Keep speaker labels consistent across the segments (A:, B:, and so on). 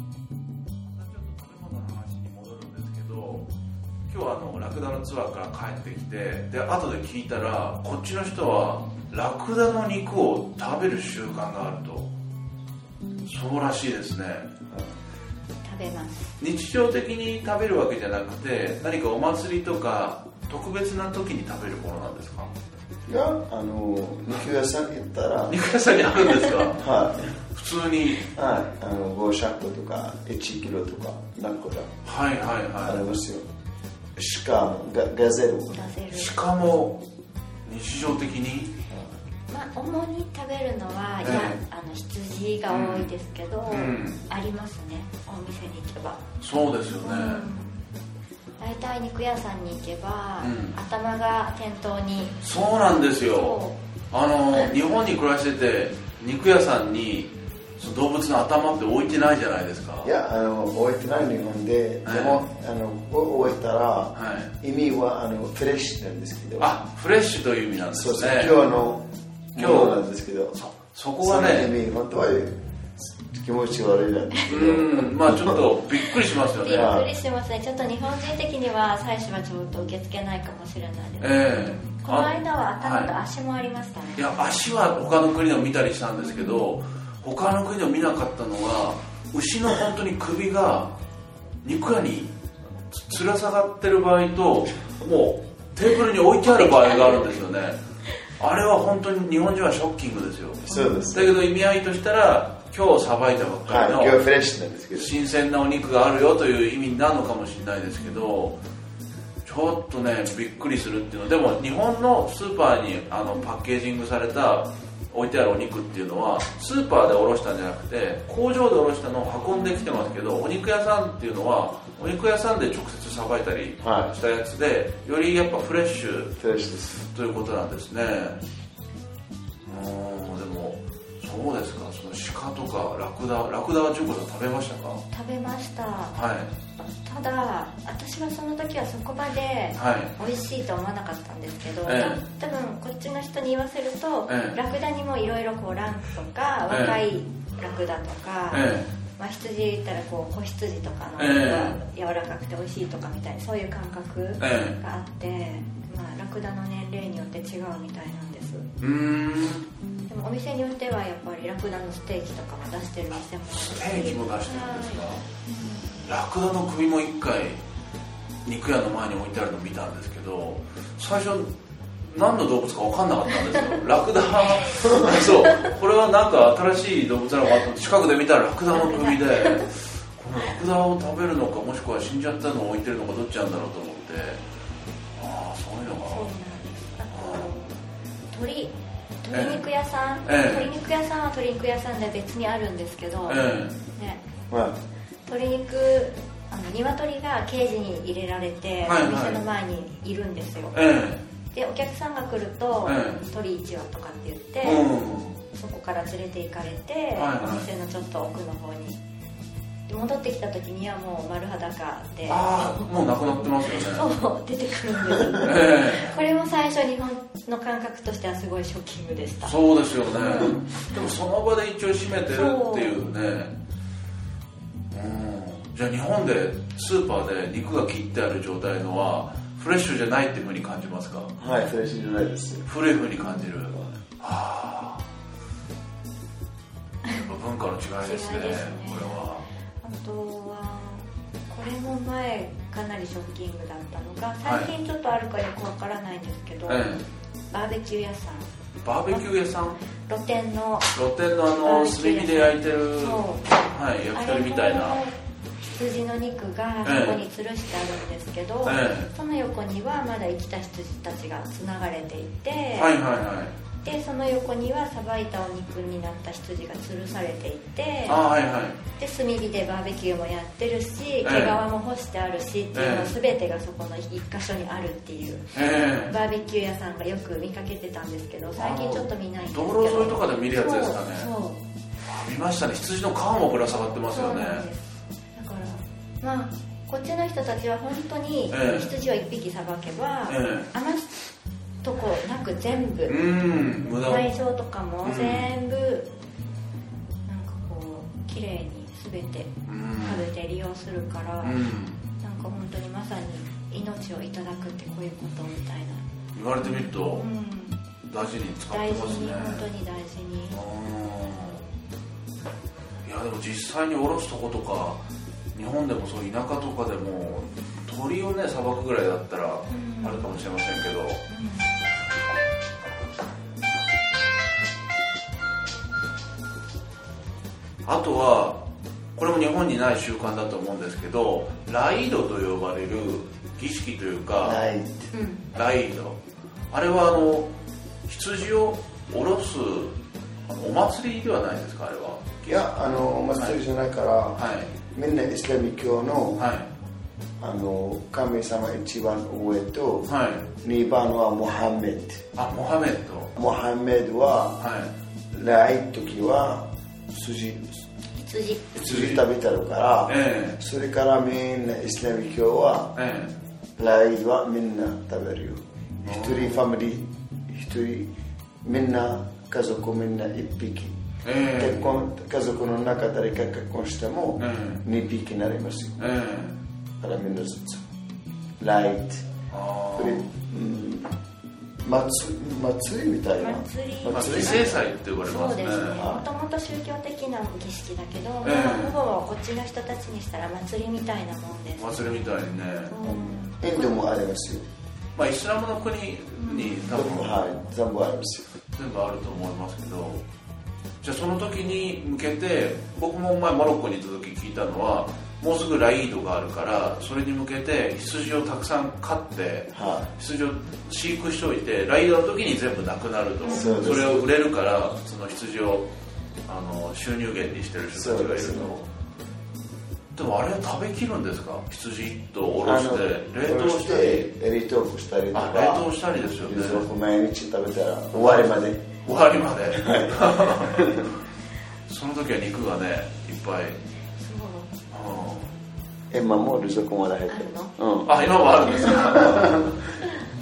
A: べ物の話に戻るんですけど今日はあのラクダのツアーから帰ってきてで後で聞いたらこっちの人はラクダの肉を食べる習慣があるとそうらしいですね
B: 食べます
A: 日常的に食べるわけじゃなくて何かお祭りとか特別な時に食べるものなんですか
C: いやあの肉屋さん行ったらはい
A: 肉屋さんにあるんです か
C: はい
A: 普通に
C: あの5シャットとか1キロとか何個だ
A: はいはい
C: あ
A: は
C: りますよしかもガガゼル
B: 出せる
A: いしかも日常的に
B: まあ主に食べるのは、いや
A: え
B: あの羊が多いですけど、
A: うん
B: ありますねお店に行けば、
A: そうですよね、
B: 大体肉屋さんに行けば、
A: うん
B: 頭が店頭に
A: そうなんですよ
B: そ
A: あの日本に暮らしてて肉屋さんにその動物の頭って置いてないじゃないですか
C: いやあの置いてない日本で、
A: はい
C: でもあのここ置いたら、
A: は
C: 意味はあのフレッシュなんですけど
A: あフレッシュという意味なんです
C: そ
A: ね
C: うそう、今日の
A: 今日
C: 今日なんですけど
A: そそこが
C: その
A: ね
C: 意味本当は気持ち悪いなんですけど
A: うんまあちょっとびっくりしましたよ
B: う
A: ね
B: びっくりしますねちょっと日本人的には最初はちょっと受け付けないかもしれないです、
A: ええ
B: この間は頭と
A: は
B: 足もありましたね
A: い、い、や足は他の国でも見たりしたんですけど他の国でも見なかったのは牛の本当に首が肉屋につつら下がってる場合ともうテーブルに置いてある場合があるんですよねあれは本当に日本人はショッキングですよ
C: そうです
A: だけど意味合いとしたら今日さばいたばっか
C: はい
A: り
C: 今日は
A: の
C: フレッシュなんですけど
A: 新鮮なお肉があるよという意味になるのかもしれないですけどちょっとねびっくりするっていうのでも日本のスーパーにあのパッケージングされた置いてあるお肉っていうのはスーパーでおろしたんじゃなくて工場でおろしたのを運んできてますけどお肉屋さんっていうのはお肉屋さんで直接さばいたり
C: はい
A: したやつでよりやっぱフレッシュ
C: フレッシュです
A: ということなんですねうーんでもそうですかその鹿とかラクダラクダは純子さん食べましたか
B: 食べました
A: はい
B: ただ私はその時はそこまで
A: はい
B: 美味しいと思わなかったんですけど、
A: ええ
B: 多分こっちの人に言わせると、
A: ええ
B: ラクダにもいろいろこうランクとか、
A: ええ
B: 若いラクダとか、
A: え
B: まあ、羊言ったらこう子羊とかの
A: え
B: が柔らかくて美味しいとかみたいなそういう感覚
A: ええ
B: があって、まあ、ラクダの年齢によって違うみたいなんです
A: えうーん
B: でもお店によってはやっぱりラクダのステーキとかも出してる店もあるし
A: ステーキも出してるんですかラクダの首も一回肉屋の前に置いてあるの見たんですけど最初何の動物か分かんなかったんです よラクダそうこれはなんか新しい動物なのかなと思って近くで見たらラクダの首でこのラクダを食べるのかもしくは死んじゃったのを置いてるのかどっちなんだろうと思ってああそういうの
B: そうなん
A: か
B: ですあと鶏鶏肉屋さん、
A: ええ
B: 鶏肉屋さんは鶏肉屋さんで別にあるんですけど、
A: え
B: ね、
C: まあ
B: 鶏肉あの鶏がケージに入れられて、
A: はいはい
B: お店の前にいるんですよ
A: ええ
B: でお客さんが来ると
A: ええ
B: 鶏一羽とかって言って、
A: えうん
B: そこから連れて行かれて、
A: はい
B: お店のちょっと奥の方にで戻ってきた時にはもう丸裸で
A: ああもうなくなってますよね
B: そう出てくるんですよ
A: ええ
B: これも最初日本の感覚としてはすごいショッキングでした
A: そうですよねでもその場で一応閉めてるっていうねうんじゃあ日本でスーパーで肉が切ってある状態のはフレッシュじゃないっていうふうに感じますか
C: はいフレッシュじゃないですよ
A: 古いふうに感じるはあやっぱ文化の違いですね
B: 違いですね
A: これは
B: あとはこれも前かなりショッキングだったのが最近ちょっとあるかよくわからないんですけど、
A: ええ
B: バーベキュー屋さん
A: バーベキュー屋さん
B: 露店の
A: 露天のあ
B: バー
A: の
B: ベキ
A: 炭火
B: ュー屋さん
A: で焼いてる、
B: そう
A: はい、焼き鳥みたいな
B: あれの羊の肉が
A: ええ
B: そこに吊るしてあるんですけど、
A: え
B: その横にはまだ生きた羊たちがつながれていて、
A: えはいはいはい
B: でその横にはさばいたお肉になった羊が吊るされていて
A: あはいはい
B: で炭火でバーベキューもやってるし
A: え
B: 毛皮も干してあるしっていうの
A: ええ
B: 全てがそこの一箇所にあるっていう
A: ええ
B: バーベキュー屋さんがよく見かけてたんですけど最近ちょっと見ないんですけど
A: 道路沿いとかで見るやつですかね
B: そうそう
A: 見ましたね羊の皮もぶら下がってます
B: そ
A: よ
B: う
A: ね
B: なんですだからまあこっちの人たちは本当に
A: ええ
B: 羊を1匹さばけば、
A: え
B: 余すとこなく全部
A: えうん無駄
B: 内臓とかも
A: うん
B: 全部、なんかこう綺麗に全て
A: うん
B: 食べて利用するから、
A: う
B: なんか
A: ん
B: 本当にまさに命をいただくってこういうことみたいな、
A: 言われてみると
B: うん、
A: 大事に使っ
B: 大
A: て
B: 事
A: ます
B: に
A: ね
B: 本当に大事に
A: うんいやでも実際におろすとことか日本でもそう田舎とかでも鳥をねさばくぐらいだったら
B: ん
A: あるかもしれませんけど、あとはこれも日本にない習慣だと思うんですけどライドと呼ばれる儀式というか
C: ないって
B: うん
A: ライドあれはあの羊をおろすあのお祭りではないですかあれはい
C: やあのお祭りじゃないから、
A: はい
C: みんなイスラム教の,、
A: はい
C: あの神様一番上と、
A: はい
C: 二番はモハメッ
A: あモハメッド
C: ドモハメッドは
A: は
C: ない時は筋
B: 羊
C: 筋食べてるか
A: い、
C: ら
A: え
C: それからみんなイスラム教は
A: ええ
C: ライドはみんな食べるよ一人ファミリー一人みんな家族みんな一匹、
A: ええ
C: 結婚家族の中誰か結婚しても
A: うん
C: 二匹になりますよ
A: ええ
C: だからみんなずつライト
A: あ
C: これ、うん、祭り祭りみたいな
B: 祭り
A: あ祭り
C: 祭
A: 制裁って呼ばれ
B: そ
A: ま
B: う
A: す
B: で
A: ね
B: すねもともと宗教的な儀式だけど、まあ
A: ええ
B: ほぼこっちの人たちにしたら祭りみたいなもんです、
A: お祭りみたいにね、
B: うん
C: インドもありますよ
A: まあイスラムの国に多
C: 全
A: 分
C: 部はい全部ありますよ
A: 全部あると思いますけどじゃあその時に向けて僕も前モロッコにいた時聞いたのはもうすぐライードがあるからそれに向けて羊をたくさん飼って
C: は
A: 羊を飼育しておいてライードの時に全部なくなると
C: そうです
A: れを売れるからその羊をあの収入源にしてる人たちがいる
C: そうですね
A: と。でもあれは食べきるんですか羊一頭
C: い
A: おろして冷凍したり
C: り冷凍庫したりと
A: あ
C: か
A: 冷凍したりですよね
C: 冷蔵庫毎日食べたら終わりまで
A: 終わりまでその時は肉がねいっぱい、
B: そう
C: 今もう冷蔵庫まだ入ってる
B: あ
C: うん
A: うんあ今もあるんですか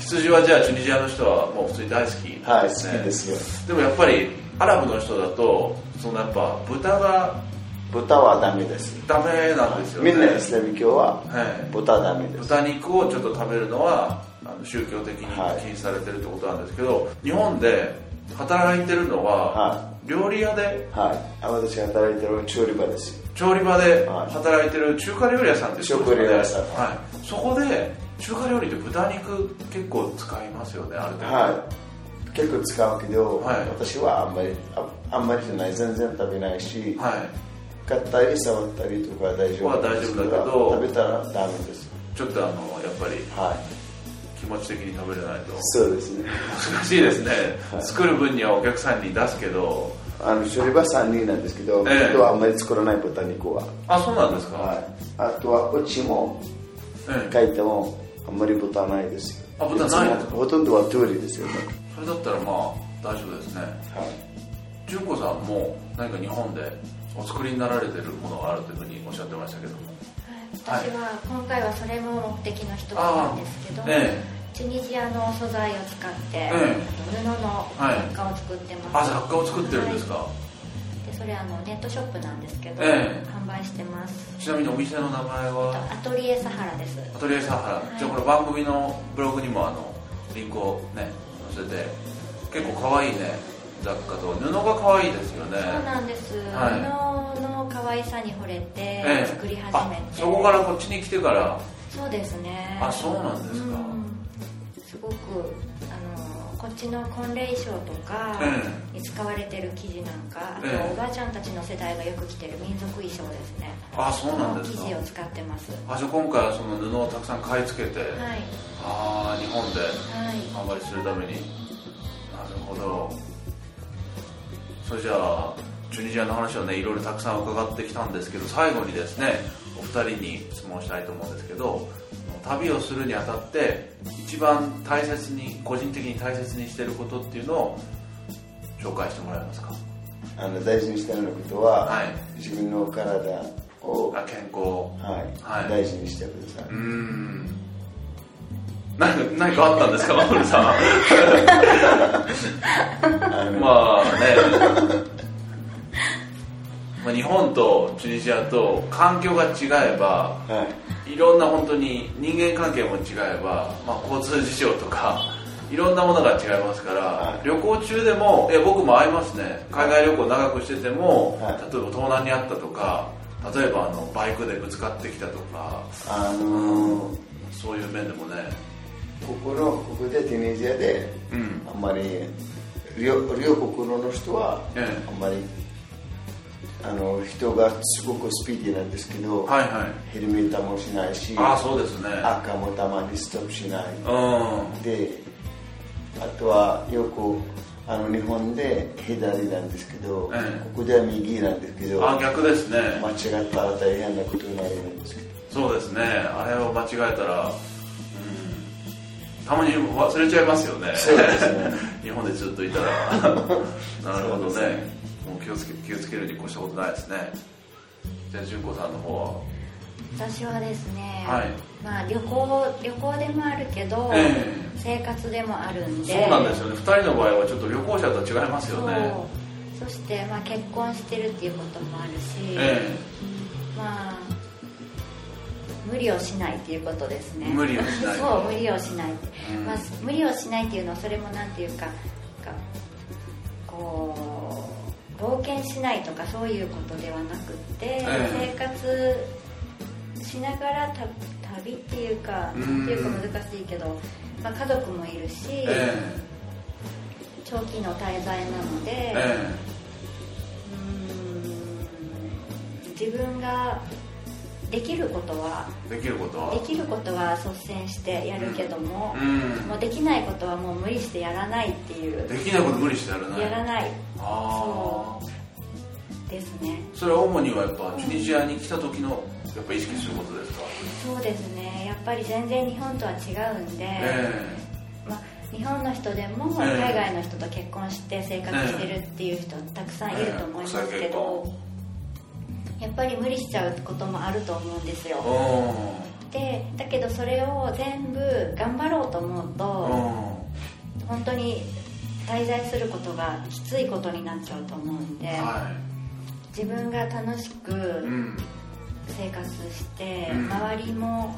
A: 羊はじゃあチュニジアの人はもう普通に大好き、
C: はい好きですよ
A: でもやっぱりアラブの人だとそのやっぱ豚が
C: 豚はダメです
A: ダメなんですよ
C: み
A: ね
C: んなイスラム教は
A: はい
C: 豚はダメです
A: 豚肉をちょっと食べるのはあの宗教的に
C: はい
A: 禁止されてるってことなんですけど、日本で働いてるのは、
C: は
A: 料理屋で
C: はいあ私が働いてる調理場です
A: 調理場で
C: はい
A: 働いてる中華料理屋さんっていうところで
C: 中華料理屋さん
A: はい、そこで中華料理って豚肉結構使いますよねある程度
C: はい結構使うけど、
A: はい
C: 私はあんまりああんまりじゃない全然食べないし、
A: はい
C: 買ったり触ったりとかは大丈夫なんです
A: は大丈夫だけど
C: 食べたらダメです
A: ちょっとあのやっぱり
C: はい
A: 気持ち的に食べれないと
C: そうですね
A: 難しいですね、
C: はい
A: 作る分にはお客さんに出すけど
C: あの調理場3人なんですけど、
A: ええ
C: あとはあんまり作らない豚肉は、
A: あそうなんですか、
C: はい、あとはうちも
A: ええ
C: 書いてもあんまり豚ないですよ
A: あ豚ないの
C: いつもほとんどは調理ですよね、
A: それだったらまあ大丈夫ですね
C: はい、
A: 純子さんも何か日本でお作りになられてるものがあるというふうにおっしゃってましたけども
B: はい私は今回はそれも目的の一つなんですけど、
A: え
B: チュニジアの素材を使って、
A: え
B: 布の雑貨を作って
A: え
B: ま
A: あ
B: す、
A: 雑貨を作ってるんですか、
B: でそれあのネットショップなんですけど、
A: ええ
B: 販売してます
A: ちなみにお店の名前
B: あと
A: は
B: アトリエサハラです
A: アトリエサハラ、じゃあこれ番組のブログにもあのリンクをね載せて結構可愛いね雑貨と布が可愛いですよね
B: そうなんです、
A: はい
B: 布の可愛さに惚れて
A: ええ
B: 作り始めて、
A: あそこからこっちに来てから
B: そうですね
A: あそうなんですか
B: うんすごくあのこっちの婚礼衣装とか
A: え
B: に使われてる生地なんかあ
A: ええ
B: とおばあちゃんたちの世代がよく着てる民族衣装ですね
A: あそうなんですか
B: の生地を使ってますは
A: あじゃあ今回はその布をたくさん買い付けて、
B: いはい
A: ああ日本で販売するためになるほどそれじゃあチュニジアの話をねいろいろたくさん伺ってきたんですけど最後にですねお二人に質問したいと思うんですけど旅をするにあたって一番大切に個人的に大切にしてることっていうのを紹介してもらえますか
C: あの大事にしたいことは、
A: はい
C: 自分の体を、は
A: あ健康
C: い
A: はい
C: 大事にしてください、
A: うーん何か何かあったんですかマホルさん
C: あの
A: まあねまあ日本とチュニジアと環境が違えば
C: はい
A: いろんな本当に人間関係も違えば、まあ、交通事情とかいろんなものが違いますから、
C: はい
A: 旅行中でもえ僕も会いますね海外旅行長くしてても、
C: はい
A: 例えば東南にあったとか例えばあのバイクでぶつかってきたとか
C: あのー
A: そういう面でもね
C: ここのここでティネジアで、
A: うん
C: あんまり両両国の人は、
A: ええ
C: あんまりあの人がすごくスピーディーなんですけど、
A: はいはい
C: ヘルメットもしないし
A: ああそうですね
C: 赤もたまにストップしない、
A: うん
C: であとはよくあの日本で左なんですけど、
A: ええ
C: ここでは右なんですけど
A: あ逆ですね
C: 間違ったら大変なことになるんですけど
A: そうですねあれを間違えたら、うん、たまに忘れちゃいますよね
C: そうですね
A: 日本でずっといた らなるほど
C: そうです
A: ね
C: ね
A: もう気をつけ気をつけるに越したことないですねじゃあ純子さんの方は
B: 私はですね、
A: はい
B: まあ旅行旅行でもあるけど、
A: え
B: 生活でもあるんで
A: そうなんですよね2人の場合はちょっと旅行者とは違いますよね
B: そうそして、まあ、結婚してるっていうこともあるし、
A: え
B: まあ無理をしないっていうことですね
A: 無理をしない
B: そう無理をしないって、
A: うん
B: まあ、無理をしないっていうのはそれもなんていうかなんかこう冒険しないとかそういうことではなくって、
A: え
B: 生活しながらた旅っていうか
A: うん
B: なんていうか難しいけど、まあ、家族もいるし、
A: ええ
B: 長期の滞在なので、
A: ええ
B: うーん自分ができることは
A: えできることは
B: できることは率先してやるけども、
A: うん
B: もうできないことはもう無理してやらないっていう
A: できないこと無理してやらない
B: やらない
A: ああ
B: ですね
A: それは主にはやっぱチュニジアに来た時のやっぱ意識することですか、
B: そうですねやっぱり全然日本とは違うんで、
A: え
B: まあ、日本の人でも
A: ええ
B: 海外の人と結婚して生活してるっていう人たくさんいると思います
A: ええ国際結
B: け
A: 婚
B: ど、やっぱり無理しちゃうこともあると思うんですよ、
A: えうん
B: でだけどそれを全部頑張ろうと思うと、
A: う
B: 本当に滞在することがきついことになっちゃうと思うんで、
A: んは
B: 自分が楽しく
A: いうん
B: 生活して、
A: うん
B: 周りも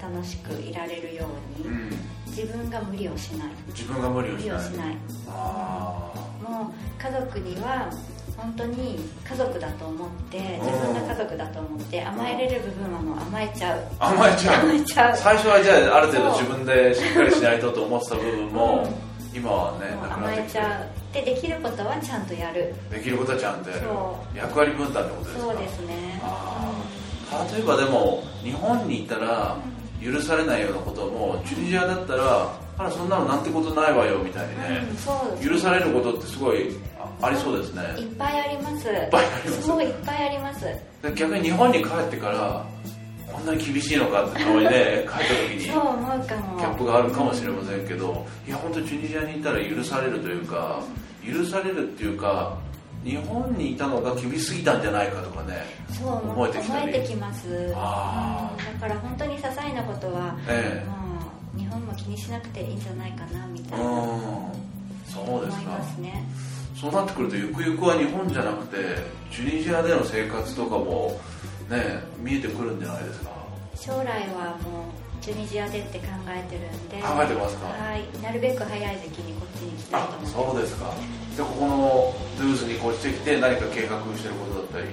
B: 楽しくいられるよう
A: う
B: に、
A: ん
B: 自分が無理をしない
A: 自分が無理を
B: 無
A: し
B: 理
A: な
B: を
A: い
B: しない
A: あ
B: もう家族には本当に家族だと思って自分の家族だと思って甘えれる部分はもう甘えちゃう
A: あ甘えちゃう
B: 甘えちゃう
A: 最初はじゃあある程度
B: そう
A: 自分でしっかりしないとと思ってた部分も今はね
B: もう
A: なく
B: 甘
A: なって
B: え
A: き
B: ちゃうでできることはちゃんとやる
A: てできることはちゃんとやる
B: そ
A: 役割分担ってことですか
B: そうですね
A: あー例えばでも日本にいたら許されないようなこともチュニジアだったらあらそんなのなんてことないわよみたいにね
B: うん、そう
A: 許されることってすごいあありそうですね
B: いっぱいありますいっ
A: ぱいあります
B: そういっぱいあります
A: で逆に日本に帰ってからこんなに厳しいのかってたまに ね帰った
B: そう
A: 時に
B: 思うかも
A: ギャップがあるかもしれませんけどいや本当チュニジアにいたら許されるというか許されるっていうか日本にいたのが厳しすぎたんじゃないかとかね
B: そう
A: 思え
B: 思え
A: て
B: て
A: きたり
B: きます
A: あ
B: うんだから本当に些細なことは、
A: ええ
B: もう日本も気にしなくていいんじゃないかなみた
A: う
B: いな思
A: んそう
B: い
A: ですか
B: ますね
A: そうなってくるとゆくゆくは日本じゃなくてチュニジアでの生活とかもね見えてくるんじゃないですか
B: 将来はもうチュニジアでって考えてるんで
A: 考えてますか
B: はいなるべく早い時期にこっちに来たい
A: あ
B: と思ってます
A: そうですかじゃあここのドゥースに越してきて何か計画してることだったり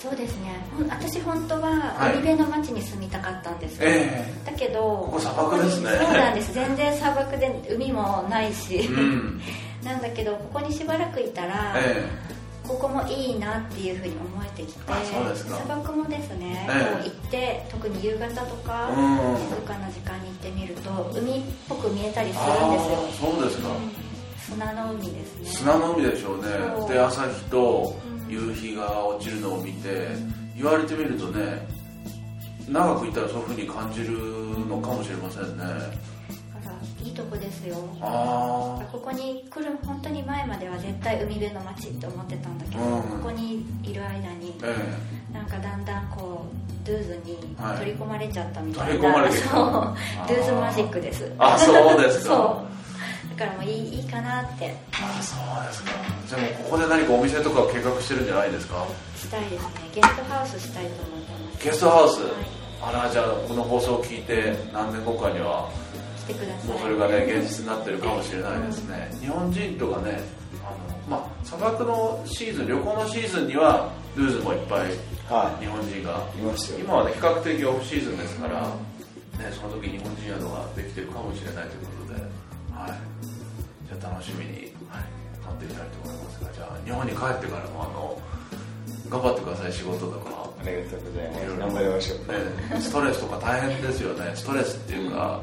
B: そうですねほん私本当は
A: はい
B: 海辺の町に住みたかったんです、
A: え
B: だけど
A: ここ砂漠ですね
B: そうなんです全然砂漠で海もないし、
A: えうん
B: なんだけどここにしばらくいたら、
A: え
B: ここもいいなっていうふうに思えてきて
A: あそうですか
B: 砂漠もですね、
A: ええ
B: こう行って特に夕方と
A: え
B: か、
A: うん
B: 静かな時間に行ってみると海っぽく見えたりす
A: あ
B: るんですよ
A: あそうですか
B: 砂の海ですね
A: 砂の海でしょうね
B: そう
A: で朝日と
B: うん
A: 夕日が落ちるのを見て言われてみるとね長くいたらそういうふうに感じるのかもしれませんね
B: だからいいとこですよ
A: ああ
B: ここに来る本当に前までは絶対海辺の街って思ってたんだけど、
A: うん
B: ここにいる間に
A: え
B: なんかだんだんこうドゥーズに取り込まれちゃったみ
A: え
B: た
A: 取
B: い
A: り
B: な、
A: 込まれてき
B: そう
A: たあ
B: ドゥーズマジックです
A: あそうですか
B: そうだからもういいいいかなって
A: あそうですかじゃあもうここで何かお店とかを計画してるんじゃないですか
B: したいですねゲストハウスしたいと思ってます
A: ゲストハウス、
B: はい
A: あらじゃあこの放送を聞いて何年後かには
B: 来てください
A: もうそれがね現実になってるかもしれないですね日本人とかねあの、まあ、砂漠のシーズン旅行のシーズンにはルーズもいっぱい
C: は
A: 日本人が
C: いいますよ
A: 今はね比較的オフシーズンですから、ね、その時日本人宿ができてるかもしれないということで、はい、じゃあ楽しみに、はい、待っていきたいと思いますがじゃあ日本に帰ってからもあの頑張ってください仕事とか。
C: ありがとうございます頑張りましょう
A: ね、ストレスとか大変ですよねストレスっていうか、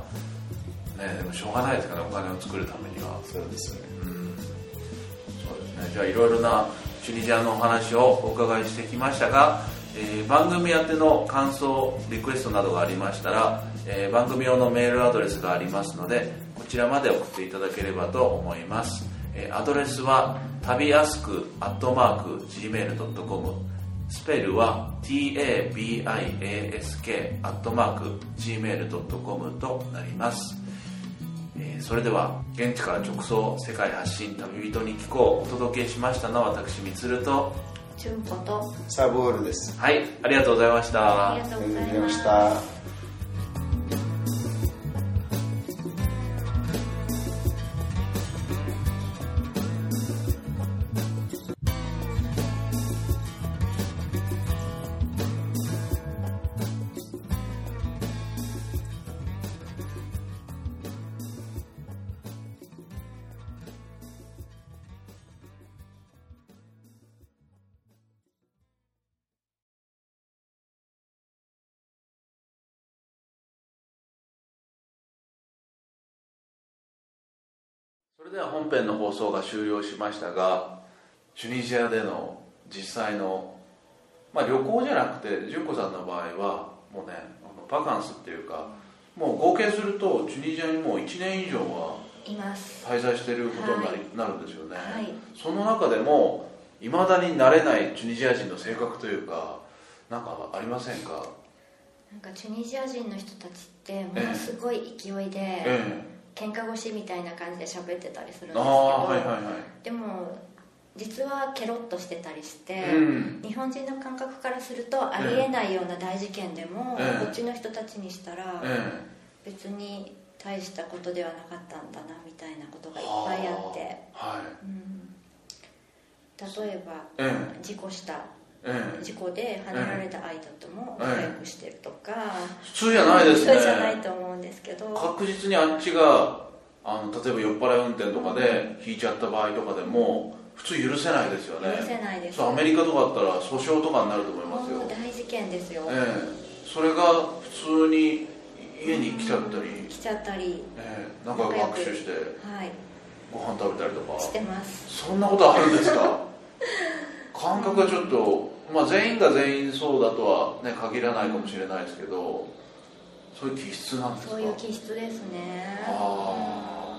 A: ねでもしょうがないですからねお金を作るためには
C: そうですね
A: うんそうですねじゃあいろいろなチュニジアのお話をお伺いしてきましたが、えー番組宛ての感想リクエストなどがありましたら、えー番組用のメールアドレスがありますのでこちらまで送っていただければと思います、えーアドレスは旅アスクアットマーク Gmail.com スペルは tabiask アットマーク Gmail.com となりますえーそれでは現地から直送世界発信旅人に聞こうお届けしましたのは私みつると
B: チュンポと
C: サーボールです
A: はいありがとうございました
B: ありが
C: あ
B: とう
C: り
B: ご
C: がとうご
B: ざい
C: ざいま
B: ま
C: し
B: す
C: た
A: それでは本編の放送が終了しましたがチュニジアでの実際の、まあ、旅行じゃなくて純子さんの場合はもうねあのバカンスっていうかもう合計するとチュニジアにもう1年以上はい
B: ます
A: 滞在してることになり、なるんですよね、
B: はい
A: その中でもいまだに慣れないチュニジア人の性格というかなんかありませんか、
B: なんかチュニジア人の人たちってものすごい勢いで、
A: え
B: 喧嘩腰みたいな感じで喋ってたりする
A: え
B: んですけど、
A: ああはいはいは
B: でも実はケロッとしてたりして、
A: い、うん
B: 日本人の感覚からするとありえないような大事件でも、
A: ええ
B: こっちの人たちにしたら
A: え
B: 別に大したことではなかったんだなみたいなこと
A: え
B: がいっぱいあって、
A: はい
B: うん例えば
A: え
B: 事故した
A: えええ
B: 事故ではねられた相手とも仲良くしてるとか、
A: 普通じゃないですね
B: そうじゃないと思うんですけど
A: 確実にあっちがあの例えば酔っ払い運転とかで引いちゃった場合とかでも普通許せないですよね
B: 許せないです
A: そうアメリカとかだったら訴訟とかになると思いますよ
B: もう大事件ですよ、
A: ええそれが普通に家に来ちゃったり、
B: 来ちゃったり
A: ええなんか握手して
B: はい
A: ご飯食べたりとか
B: してます
A: そんなことあるんです か感覚がちょっと、まあ、全員が全員そうだとは、ね、限らないかもしれないですけどそういう気質なんですか
B: そういう気質ですね
A: あ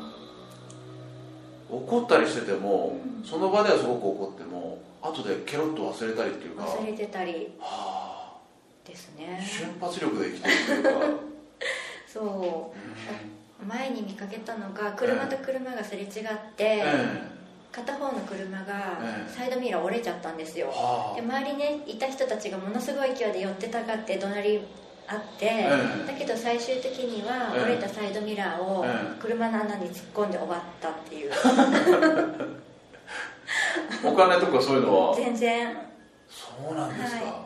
A: あ怒ったりしててもその場ではすごく怒っても後でケロッと忘れたりっていうか
B: 忘れてたり
A: は
B: です
A: あ
B: ね
A: 瞬発力で生きてるって いうか
B: そうう前に見かけたのが車と車がすれ違って
A: んえ
B: 片方の車が
A: ええ
B: サイドミラー折れちゃったんです
A: え
B: よ
A: は
B: で周りねいた人たちがものすごい勢いで寄ってたかって怒鳴りあって
A: ええ
B: だけど最終的には
A: ええ
B: 折れたサイドミラーを
A: え
B: 車の穴に突っ込んで終わったっ ていう
A: あお金とかそういうのは
B: 全然
A: そうなんですか、
B: は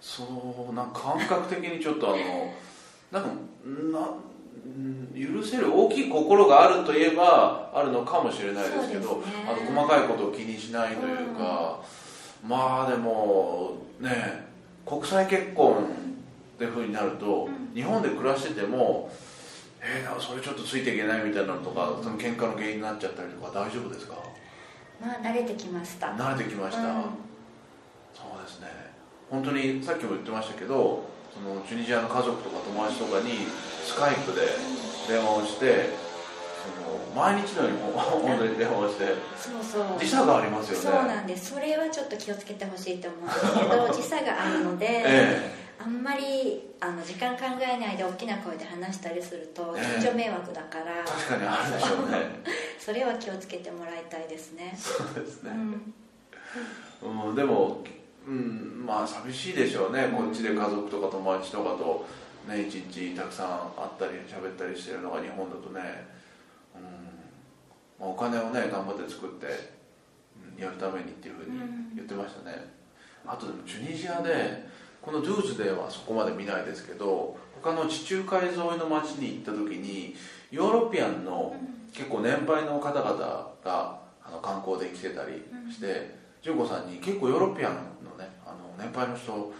A: そうなんか感覚的にちょっとあのなんかなうん許せる大きい心があるといえばあるのかもしれないですけど
B: そうですね
A: あの細かいことを気にしないというか、まあでもね国際結婚ってふうになると、日本で暮らしててもえー、なんかそれちょっとついていけないみたいなのとかその喧嘩の原因になっちゃったりとか大丈夫ですか
B: まあ慣れてきました
A: 慣れてきました、
B: うん
A: そうですね本当にさっきも言ってましたけどそのチュニジアの家族とか友達とかにスカイプで電話をしてその毎日のようにほ本当に電話をして
B: そうそう
A: 時差がありますよね
B: そうなんですそれはちょっと気をつけてほしいと思うん ですけど時差があるので、
A: え
B: あんまりあの時間考えないで大きな声で話したりすると
A: ええ
B: 近所迷惑だから、
A: え確かにあるでしょうね
B: それは気をつけてもらいたいですね、
A: そうです
B: う
A: ね、
B: ん、
A: うん、でも、うん、まあ寂しいでしょうね、こっちで家族とか友達とかと、ね、一日たくさん会ったり喋ったりしてるのが日本だとね、うんまあ、お金をね頑張って作ってうんやるためにっていうふうに言ってましたね、あとでもチュニジアでこのドゥーズデーはそこまで見ないですけど他の地中海沿いの町に行った時にヨーロピアンの結構年配の方々があの観光で来てたりして純子さんに結構ヨーロピアンのねあの年配の人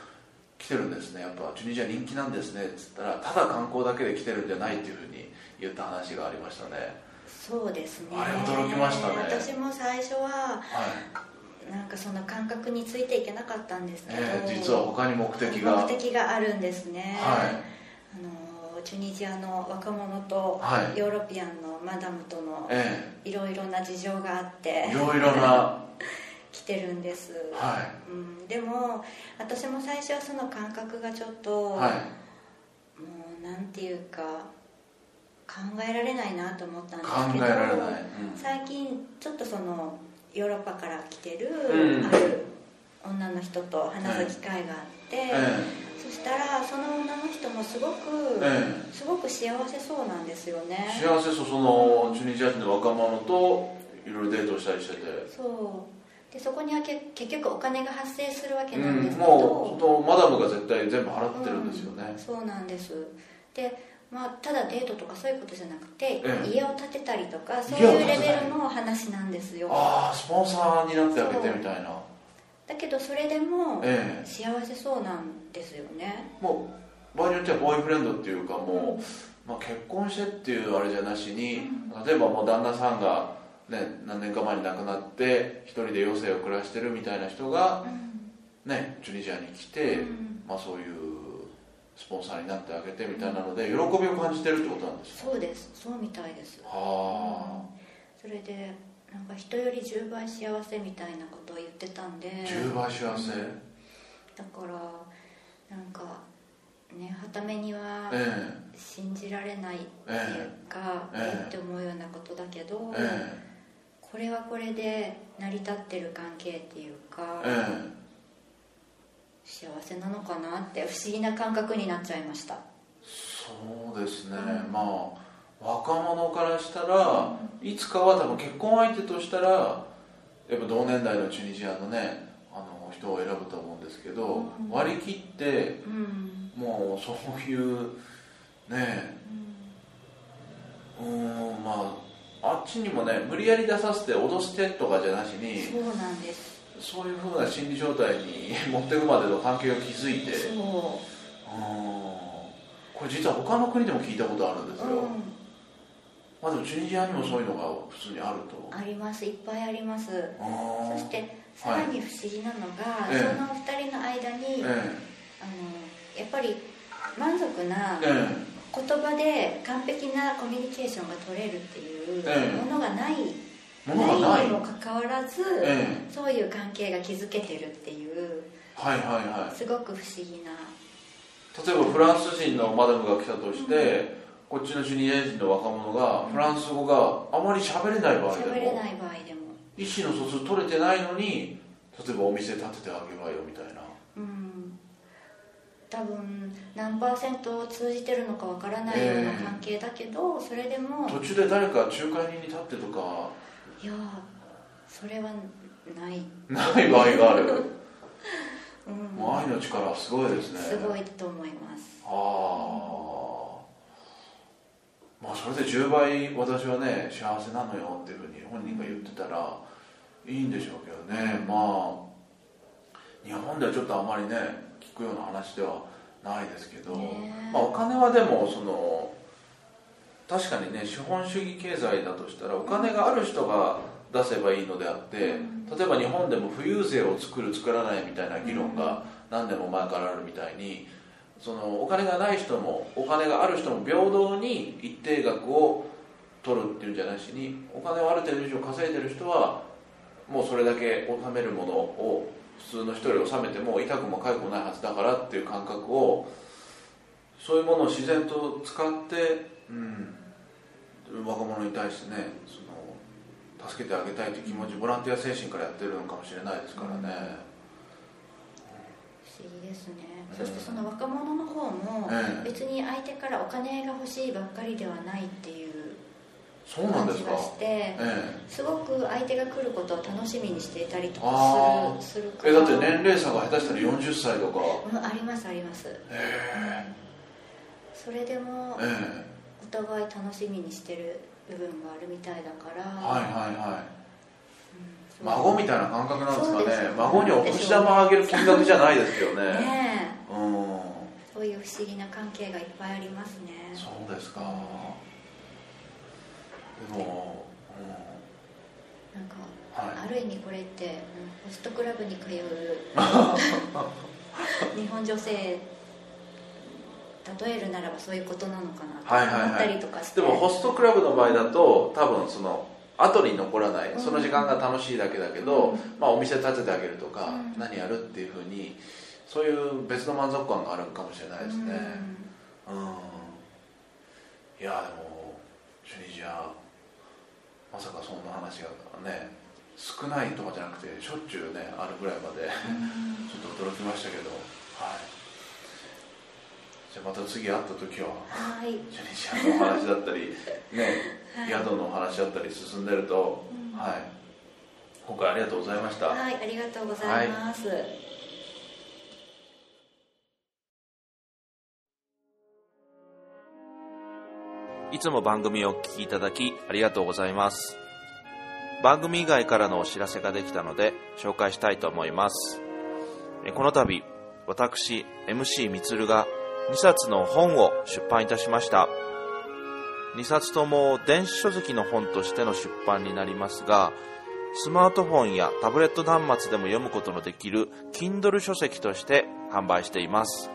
A: 来てるんですねやっぱチュニジア人気なんですねっつったらただ観光だけで来てるんじゃないっていうふうに言った話がありましたね
B: そうですね
A: あれ驚きましたね
B: 私も最初は
A: はい、
B: なんかその感覚についていけなかったんですけど、
A: えー実は他に目的が
B: 目的があるんですね、
A: はい
B: あのチュニジアの若者と
A: はい
B: ヨーロピアンのマダムとの
A: え
B: いろいろな事情があって
A: えいろいろな
B: 来てるんです、
A: は
B: うん、でも私も最初はその感覚がちょっ
A: い
B: と、
A: はい
B: もうなんていうか考えられないなと思ったんです
A: 考
B: け
A: え
B: ど
A: られない、
B: 最近ちょっとそのヨーロッパから来てる、
A: うん
B: ある女の人と話す機会があって、
A: ええ
B: そしたらその女の人もすごく、
A: え
B: すごく幸せそうなんですよね
A: え幸せそうそのチュニジア人の若者といろいろデートしたりしてて
B: そうでそこにはけ結局お金が発生するわけ
A: う
B: なん
A: ん
B: ですけ
A: もう
B: ど、
A: そのマダムが絶対全部払ってるんですよね、
B: そうなんですでまあ、ただデートとかそういうことじゃなくて、
A: ええ
B: 家を建てたりとかそうい
A: 家を建
B: う
A: てた
B: レ
A: り
B: ベルの話なんですよ
A: ああスポンサーになってあげてみたいな
B: だけどそれでも
A: ええ
B: 幸せそうなんですよね、
A: もう場合によってはボーイフレンドっていうかもう、まあ、結婚してっていうあれじゃなしに例えばもう旦那さんが、ね、何年か前に亡くなって一人で余生を暮らしてるみたいな人が、ね、チュニジアに来て、
B: うん
A: まあ、そういうスポンサーになってあげてみたいなので喜びを感じてるってことなんですか
B: そうですそうみたいです
A: は
B: それでなんか人より10倍幸せみたいなことを言ってたんで
A: あ10倍幸せ、
B: だからなんかねはためには
A: え
B: 信じられないっていうか、
A: ええ
B: えって思うようなことだけど、
A: ええ
B: これはこれで成り立ってる関係っていうか
A: え、ええ
B: 幸せなのかなって不思議な感覚になっちゃいました
A: そうですね、まあ若者からしたらいつかは多分結婚相手としたらやっぱ同年代のチュニジアのねあの人を選ぶと思うんですけど、割り切って
B: うん
A: もうそういうねうーんまああっちにもね無理やり出させて脅してとかじゃなしに
B: そうなんです
A: そういうふうな心理状態に持っていくまでの関係を築いてうーん
B: そ
A: これ実は他の国でも聞いたことあるんです
B: う、
A: よ、
B: う
A: まあでもチュニジアにもそういうのが普通にあると
B: ん、ありますいっぱいあります
A: あー
B: そしてさらに不思議なのが、
A: ええ
B: その二人の間に、
A: え
B: あのやっぱり満足な
A: えええ
B: 言葉で完璧なコミュニケーションが取れるって
A: え
B: い
A: え
B: うものがない、
A: ものがない
B: にもかかわらず、
A: え
B: そういう関係が築けてるっていう
A: はいはいは
B: すごく不思議ない
A: 例えばフランス人のマダムが来たとして、こっちのチュニジア人の若者がフランス語があまり喋れない場合で
B: 喋れ
A: も
B: ない場合でも、
A: 意思の疎通取れてないのに例えばお店建ててあげばよみたいな
B: うん、多分何パーセントを通じてるのかわからないような関係だけど、それでも
A: 途中で誰か仲介人に立ってとか
B: いやーそれはない
A: ない場合がある
B: うん
A: もう愛の力はすごいですね
B: すごいと思います
A: ああまあそれで10倍私はね幸せなのよっていうふうに本人が言ってたらいいんでしょうけどねまあ日本ではちょっとあまりね聞くような話ではないですけど、
B: ね
A: まあ、お金はでもその確かにね資本主義経済だとしたらお金がある人が出せばいいのであって例えば日本でも富裕税を作る作らないみたいな議論が何年も前からあるみたいにそのお金がない人もお金がある人も平等に一定額を取るっていうんじゃないしにお金をある程度以上稼いでる人はもうそれだけ納めるものを普通の人より納めても痛くも痒くもないはずだからっていう感覚をそういうものを自然と使って、うん、若者に対してねその助けてあげたいという気持ち、ボランティア精神からやってるのかもしれないですからね、
B: 不思議ですね
A: うん
B: そしてその若者の方も
A: ええ
B: 別に相手からお金が欲しいばっかりではないっていう
A: そうなん
B: 感
A: です
B: じ
A: か
B: がして
A: え
B: すごく相手が来ることを楽しみにしていたりと
A: あ
B: か
A: ー
B: するするか
A: ええ
B: ら
A: だって年齢差が下手したら40歳とか
B: うんありますあります
A: え
B: それでも
A: ええ
B: お互い楽しみにしてる部分があるみたいだから
A: えはいはいはい
B: うん
A: 孫みたいな感覚なんですか
B: そうです
A: ね
B: よ
A: 孫にお年玉あげる金額じゃないですけどね
B: ねえ
A: うん
B: そういう不思議な関係がいっぱいありますね
A: そうですかでも、うん、
B: なんか
A: はい
B: ある意味これってうんホストクラブに通 う日本女性例えるならばそういうことなのか
A: はいはい
B: な
A: は
B: と
A: い
B: 思ったりとかして、
A: でもホストクラブの場合だと多分その後に残らないその時間が楽しいだけだけど、まあ、お店立ててあげるとか、
B: うん
A: 何やるっていうふうにそういう別の満足感があるかもしれないですねうんいやでもチュニジアまさかそんな話がね少ないとかじゃなくてしょっちゅうねあるぐらいまでちょっと驚きましたけどはいじゃあまた次会った時は
B: うんはい
A: チュニジアのお話だった り、ね、宿のお話だったり進んでると、
B: うん
A: はい、今回ありがとうございました。
B: はい、ありがとうございます。
D: いつも番組をお聞きいただきありがとうございます。番組以外からのお知らせができたので紹介したいと思います。えこの度、私、MC みつるが2冊の本を出版いたしました。2冊とも電子書籍の本としての出版になりますが、スマートフォンやタブレット端末でも読むことのできる Kindle 書籍として販売しています。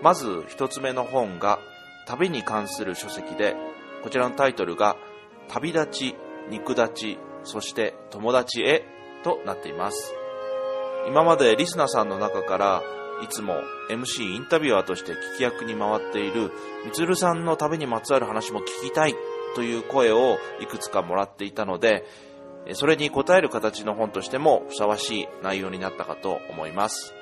D: まず一つ目の本が旅に関する書籍でこちらのタイトルが「旅立ち肉立ちそして友達へ」となっています今までリスナーさんの中からいつも MC インタビュアーとして聞き役に回っているみつるさんの旅にまつわる話も聞きたいという声をいくつかもらっていたのでえそれに応える形の本としてもふさわしい内容になったかと思います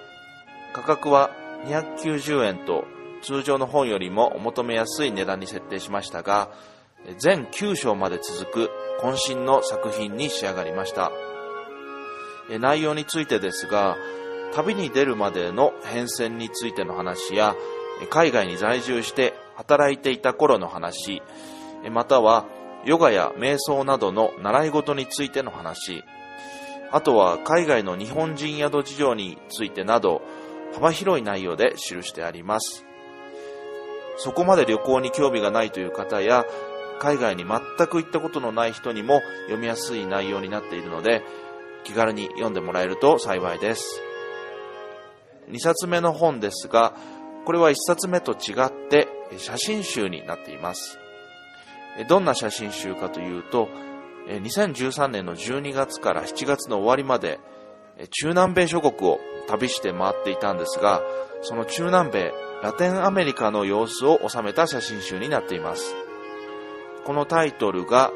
D: 価格は290円と通常の本よりもお求めやすい値段に設定しましたがえ全9章まで続く渾身の作品に仕上がりましたえ内容についてですが旅に出るまでの変遷についての話やえ海外に在住して働いていた頃の話えまたはヨガや瞑想などの習い事についての話あとは海外の日本人宿事情についてなど幅広い内容で記してあります。そこまで旅行に興味がないという方や、海外に全く行ったことのない人にも読みやすい内容になっているので、気軽に読んでもらえると幸いです。2冊目の本ですが、これは1冊目と違って写真集になっています。えどんな写真集かというと、え2013年の12月から7月の終わりまで、え中南米諸国を旅して回っていたんですが、その中南米、ラテンアメリカの様子を収めた写真集になっています。このタイトルが、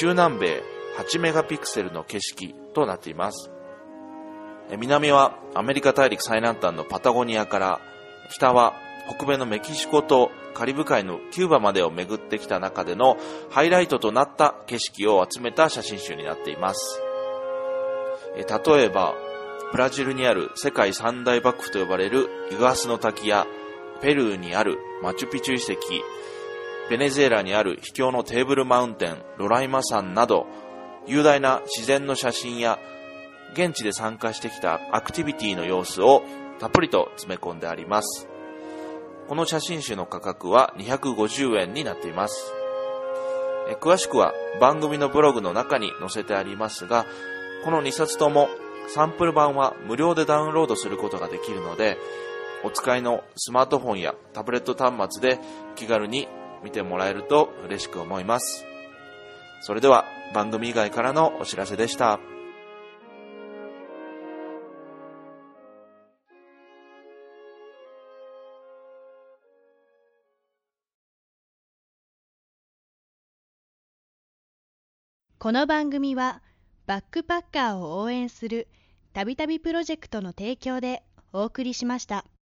D: 中南米8メガピクセルの景色となっています。え南はアメリカ大陸最南端のパタゴニアから、北は北米のメキシコとカリブ海のキューバまでを巡ってきた中でのハイライトとなった景色を集めた写真集になっています。え例えばブラジルにある世界三大幕府と呼ばれるイグアスの滝や、ペルーにあるマチュピチュ遺跡、ベネズエラにある秘境のテーブルマウンテン、ロライマ山など、雄大な自然の写真や、現地で参加してきたアクティビティの様子をたっぷりと詰め込んであります。この写真集の価格は250円になっています。え詳しくは番組のブログの中に載せてありますが、この2冊ともサンプル版は無料でダウンロードすることができるので、お使いのスマートフォンやタブレット端末で気軽に見てもらえると嬉しく思います。それでは番組以外からのお知らせでした。
E: この番組はバックパッカーを応援するたびたびプロジェクトの提供でお送りしました。